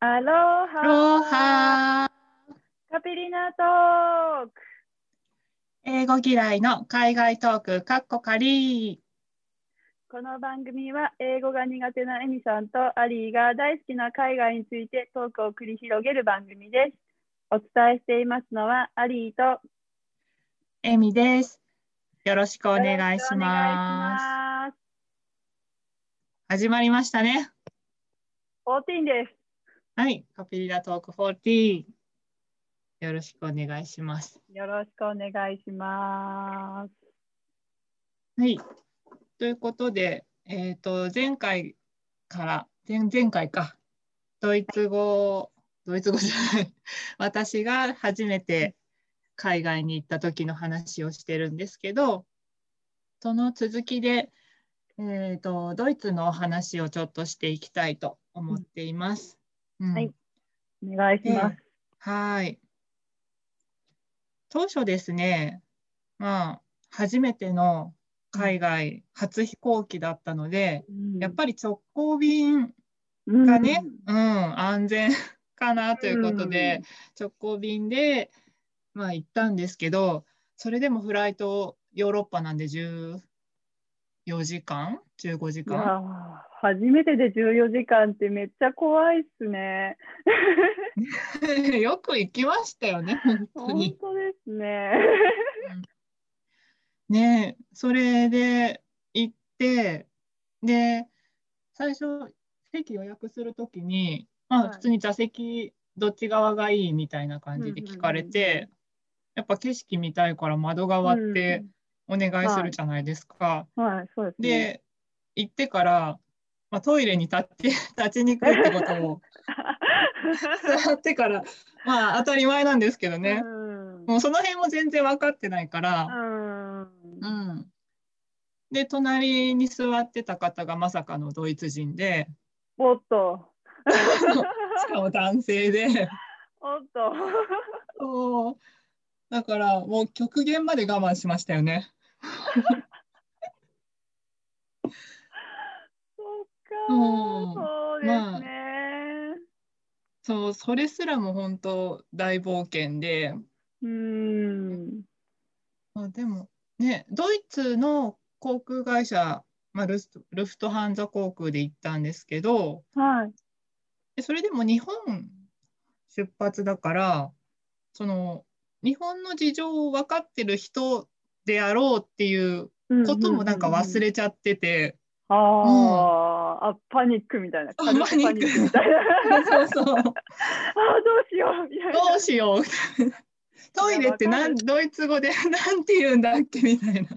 アロハロハカペリナトーク英語嫌いの海外トークカッコカリーこの番組は英語が苦手なエミさんとアリーが大好きな海外についてトークを繰り広げる番組です。お伝えしていますのはアリーとエミですよろしくおお願いしますます。始まりましたね14です。はいカピリラトーク14よろしくお願いしますよろしくお願いします。はいということでえっ、と前回から前前回かドイツ語ドイツ語じゃない 私が初めて海外に行った時の話をしてるんですけどその続きで、えー、とドイツのお話をちょっとしていきたいと思っています。うんはいお願いします。はい。当初ですね、まあ、初めての海外初飛行機だったので、やっぱり直行便りがね、うん、安全かなということで、直行便で、まあ、行ったんですけど、それでもフライト、ヨーロッパなんで14時間 ?15 時いや間ー初めてで14時間ってめっちゃ怖いっすね。 よく行きましたよね、本当本に。当です ね。ねえそれで行ってで最初席予約するときに、まはあ、い普通に座席どっち側がいいみたいな感じで聞かれうて、んうんうんうんやっぱ景色見たいから窓側ってお願いすはるいじゃないですか。うん、はい、そうですね。で行ってから、まあ、トイレに立って 立ちにくいってこ とを座ってからまあ当たり前なんですけど ねう、ん。もうその辺も全然分かってないから。うん。うん、で隣に座ってた方がまさかのドイツ人でおっ と。しかも男性でおっと。そうだからもう極限まで我慢しましたよね。そっうんか。そうですね。そうそれすらも本当大冒険で、うん。まあ、でもねドイツの航空会社、まあ、ルスルフトハンザ航空で行ったんですけどはい。でそれでも日本出発だからその日本の事情を分かってる人であろうっていうこともなんか忘て。れちゃってて、ああ、あ、パニックみたいな。軽くパニックみたい な。そうそうどああ、どうしようみたいな。うしようトイレってなんドイツ語でなんて言うんだっけみたいな。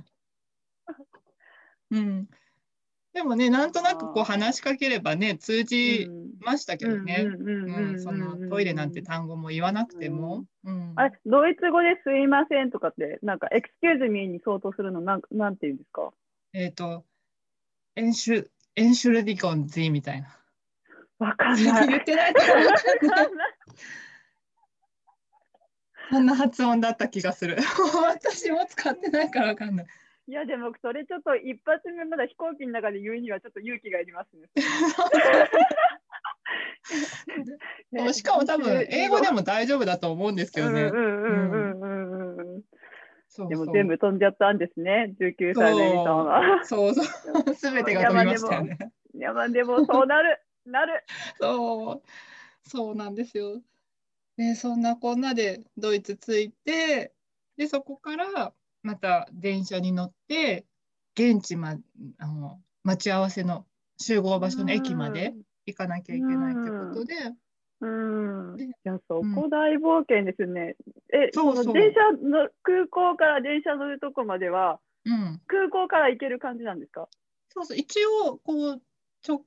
うん、でもねなんとなくこあーう話しかければね通じましたけどね、うんうんうんうんうんそのトイレなんて単語も言わなくても。うんあれドイツ語ですいませんとかってなんかエクスキューズミーに相当するのなんかなんていうんですかえっ、と、エンシュ、エンシュルディコンズィみたいな。わかんない言ってないから分かんないわかんない そんな発音だった気がする。 私も使ってないから分かんない。 いやでもそれちょっと一発目まだ飛行機の中で言うにはちょっと勇気がいります ねもうしかも多分、英語でも大丈夫だと思うんですけうんどね。うんうんうんうんうんそうでそうも全部飛んじゃったんですね19歳のエリさんはそうそう。すべてが飛びましたよね。いやまあでもそうなるなる そう。そうなんですよ。で、そんなこんなでドイツ着いて、で、そこからまた電車に乗って、現地ま、あの、待ち合わせの集合場所の駅まで行かなきゃいけないってことで、うんでいやそこ大冒険ですね。え、そうそうの電車の空港から電車乗るとこまではうん。空港から行ける感じなんですか？そうそう、一応、こう、直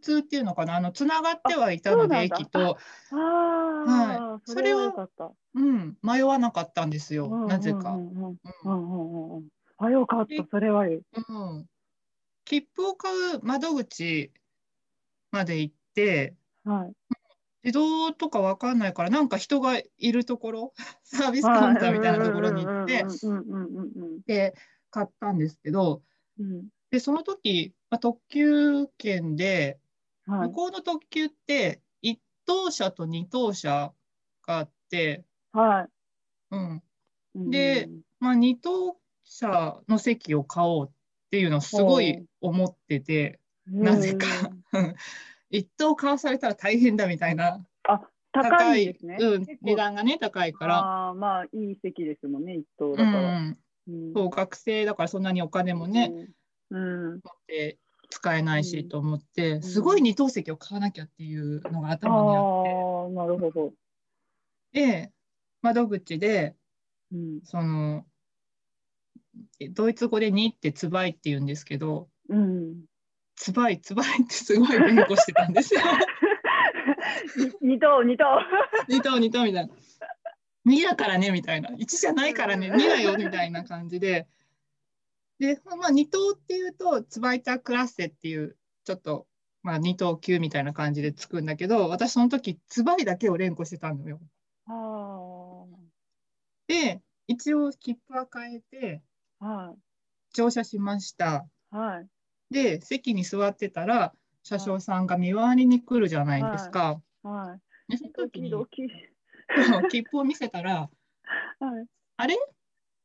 通っていうのかな、あの、つながってはいたので、あそうなんだ駅と、ああ、はいそれは良かった。うん、迷わなかったんですよ、なぜうか。んうんううんんうんうんうん。あ、よかったで。それはいい。うん、切符を買う窓口まで行ってはい。自動とかわかんないからなんか人がいるところ サービスカウンターみたいなところに行ってうんうんうんうんうんで買ったんですけどうんでその時、まあ、特急券でうん。はい向。こうの特急って1等車と二等車があって、はうんい。でうん、まあ、二等車の席を買おうっていうのをすごほい思ってて、なぜか一等買わされたら大変だみたいな高いんですね。うん結構値段がね高いから。ああ、まあ、いい席ですもんね、一等だうから。ん、うんそう学生だからそんなにお金もね、。うん。うん持って使えないし、うんと思ってんすごい二等席を買わなきゃっていうのがああ頭にあっー、なるほど。て、で窓口でうん。そのえドイツ語で「に」って「つばい」って言うんですけど うん。 「つばいつばい」ってすごい連呼してたんですよ。 に二等、二等。二等二等みたいな。2だからねみたいな1じゃないからねうん2だよみたいな感じでで、まあ、2等っていうとツバイタクラッセっていうちょっと、まあ、2等級みたいな感じでつくんだけど私その時ツバイだけを連呼してたのよ。あで一応切符は変えてあ。はい。乗車しました。はい。で席に座ってたら車掌さんが見回りに来るじゃないですか。はでそのい。時にドキドキ。 切符を見せたらはい。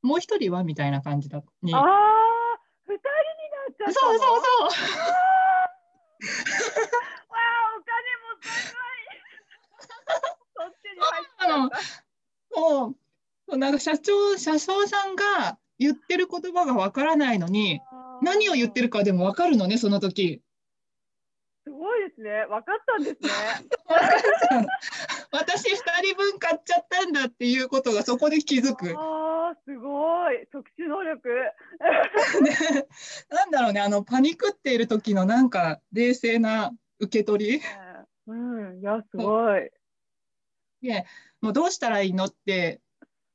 もう一人はみたいな感じだにああ。二人になっちゃった。そうそうう。そうわあ、お金もったいない。そっちに入っちゃっもうなんか社長車掌さんが言ってる言葉がわからないのにた。あー何を言ってる。かでもわかるのねその時 すごいですね。分かったんですね。私2人分買っちゃったんだっていうことがそこで気づくああ、すごい。特殊能力。でなんだろうねあのパニックっている時のなんか冷静な受け取りうん、いや、すごい。でもうどうしたらいいのって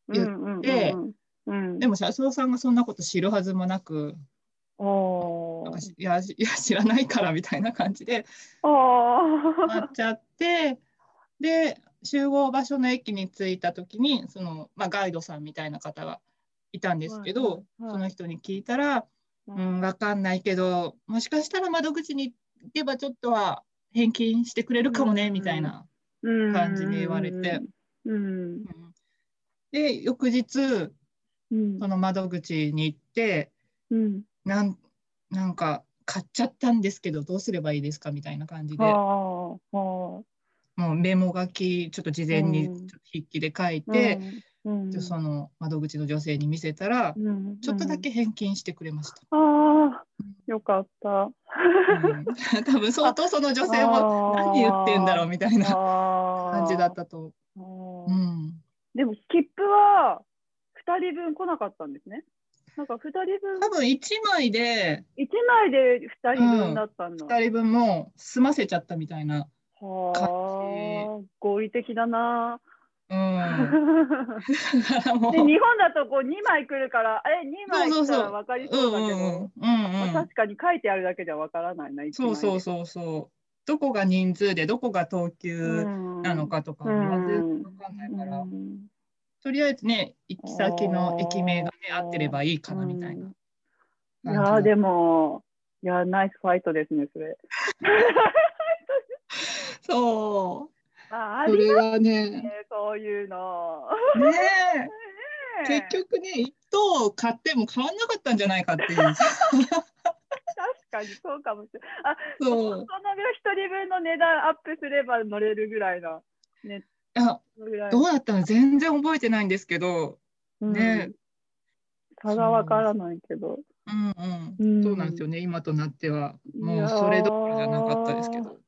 言ってうんうんうんうん、でも車掌さんがそんなこと知るはずもなくおなんかーいやいや知らないからみたいな感 じでおなっちゃってで集合場所の駅に着いた時にその、まあ、ガイドさんみたいな方がいたんですけど、はいはいはいその人に聞いたら「うーん分かんないけどもしかしたら窓口に行けばちょっとは返金してくれるかもね」うんみたいな。感じに言われて。うんうんで翌日うんその窓口に行ってうん、なんなんか買っちゃったんですけどどうすればいいですかみたいな感じではあはあもうメモ書きちょっと事前にちょっと筆記で書いて。、うんうんでその窓口の女性に見せたら、うんちょっとだけ返金してくれま した。うんああよかった。うん多分相当その女性も何言ってんだろうみたいな感感じだっ。たと。あうーん、でも切符は二人分来なかったんですね。なんか二人分多分1枚で一枚で二人分だったんだ。 2人分も済ませちゃったみたいな。はあ、合理的だな。 うん、もうで日本だとこう2枚来るから、あれ2枚来たら分かりうそんううだけど、んうんうまあんうん確かに書いてあるだけじゃ分からないな、一そうそうそうそう。どこが人数でどこが等級ななのかとかも全然わかんないから、とりあえずね行き先の駅名が、ね、合ってればいいかなみたいな。いやーでも、いやーナイスファイトですね、それ。そう。まあ、あそりれね、がね、そういう の。ねえ、ね結局ね、一等買っても買わなかったんじゃないかっていう。確かにそうかもしれない。あそ。そうの一人分の値段アップすれば乗れるぐらいな。あ、ぐらいどうだったの全然覚えてないんですけど、うんね差がわからないけど。うんうん。そうなんですよね。ね、今となっては。いもやうーそれどころじゃなかったですけど。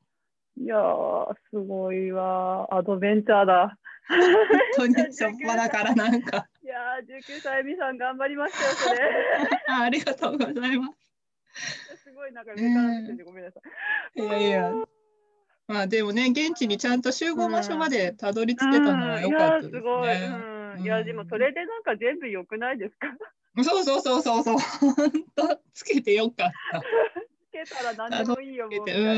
いやー、すごいわー。アドベンチャーだ。本当に、しょっぱだからなんかいやー、19歳みさん頑張りましたよ、それ。 あ。ありがとうございます。すごい、なんか上から見ててごめんなさい。いやいや。まあでもね、現地にちゃんと集合場所までたどり着けたのは良かったですね。うんいやー、すごい。うん。いや、でもそれでなんか全部良くないですかそうそうそうそうそう。 本当つけてよかった。つけたら何でもいいよ、もうつけみてたいな。う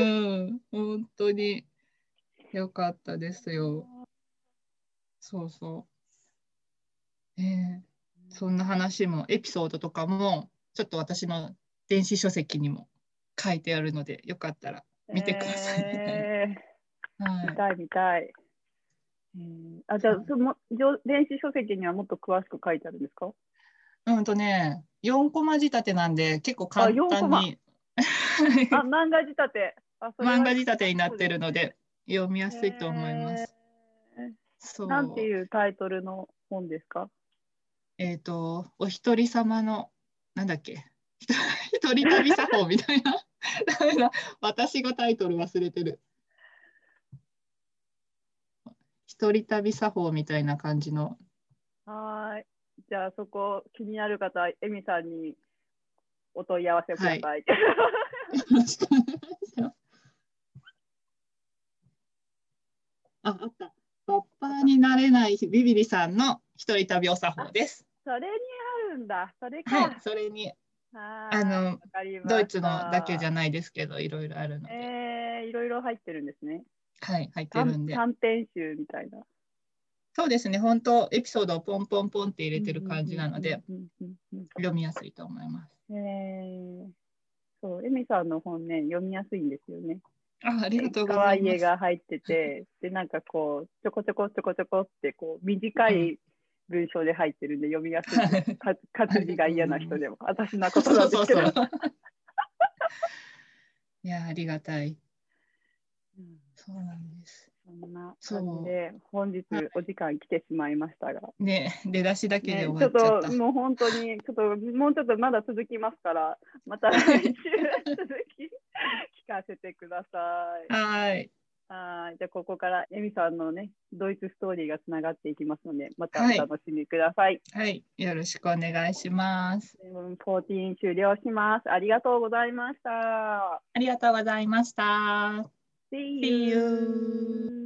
ん本当によかったですよ。そうそう。ええそんな話もエピソードとかもちょっと私の電子書籍にも書いてあるのでよかったら見てくださいねえーは見い。たい見たい。えーあじゃあその上電子書籍にはもっと詳しく書いてあるん ですかうんとね、4コマ仕立てなんで、結構簡あ4コ 単マにあ漫画仕立てあそれは漫画仕立てになってるので、読みやすいと思います。へそーう。なんていうタイトルの本ですかえっ、と、お一人様の、なんだっけ、ひと一人旅作法みたいな、 ダメだ、私がタイトル忘れてる。一人旅作法みたいな感じの、はーい。じゃあそこ気になる方、エミさんにお問い合わせください。あ、あった。ラッパーになれないビビリさんの一人旅お作法です。それにあるんだ。それか。はい、それにああのドイツのだけじゃなないですけど、いろいろあるので、えー、いろいろ入ってるんですね。はい、入ってるん短で。短編集みたいな。そうですね、本当エピソードをポンポンポンって入れてる感じなので、うんうんうん読みやすいと思います。うんうん。えー、そう、エミさんの本ね、読みやすいんですよね。あ、ありがとう可ござ愛いいま絵す。が入ってて、で、なんかこう、ちょこちょこちょこちょこって、こう、短い文章で入ってるんで、読みやすい です。か活字が嫌な人でも、私のことなそんうですそうけそど。う。いや、ありがたい。うんそうなんです。そんな感じで、本日はいお時間来てしまいましたが。ね、出だしだけねでち終ょわっっちゃった。ともう本当にちょっともうちょっとまだ続きますからまた来週続き聞かせてください。はい、はいじゃあここからエミさんのねドイツストーリーがつながっていきますのでまたおはい楽しみください。はい、よろしくお願いします。うん14終了します。ありがとうございました。ありがとうございました。 See See you.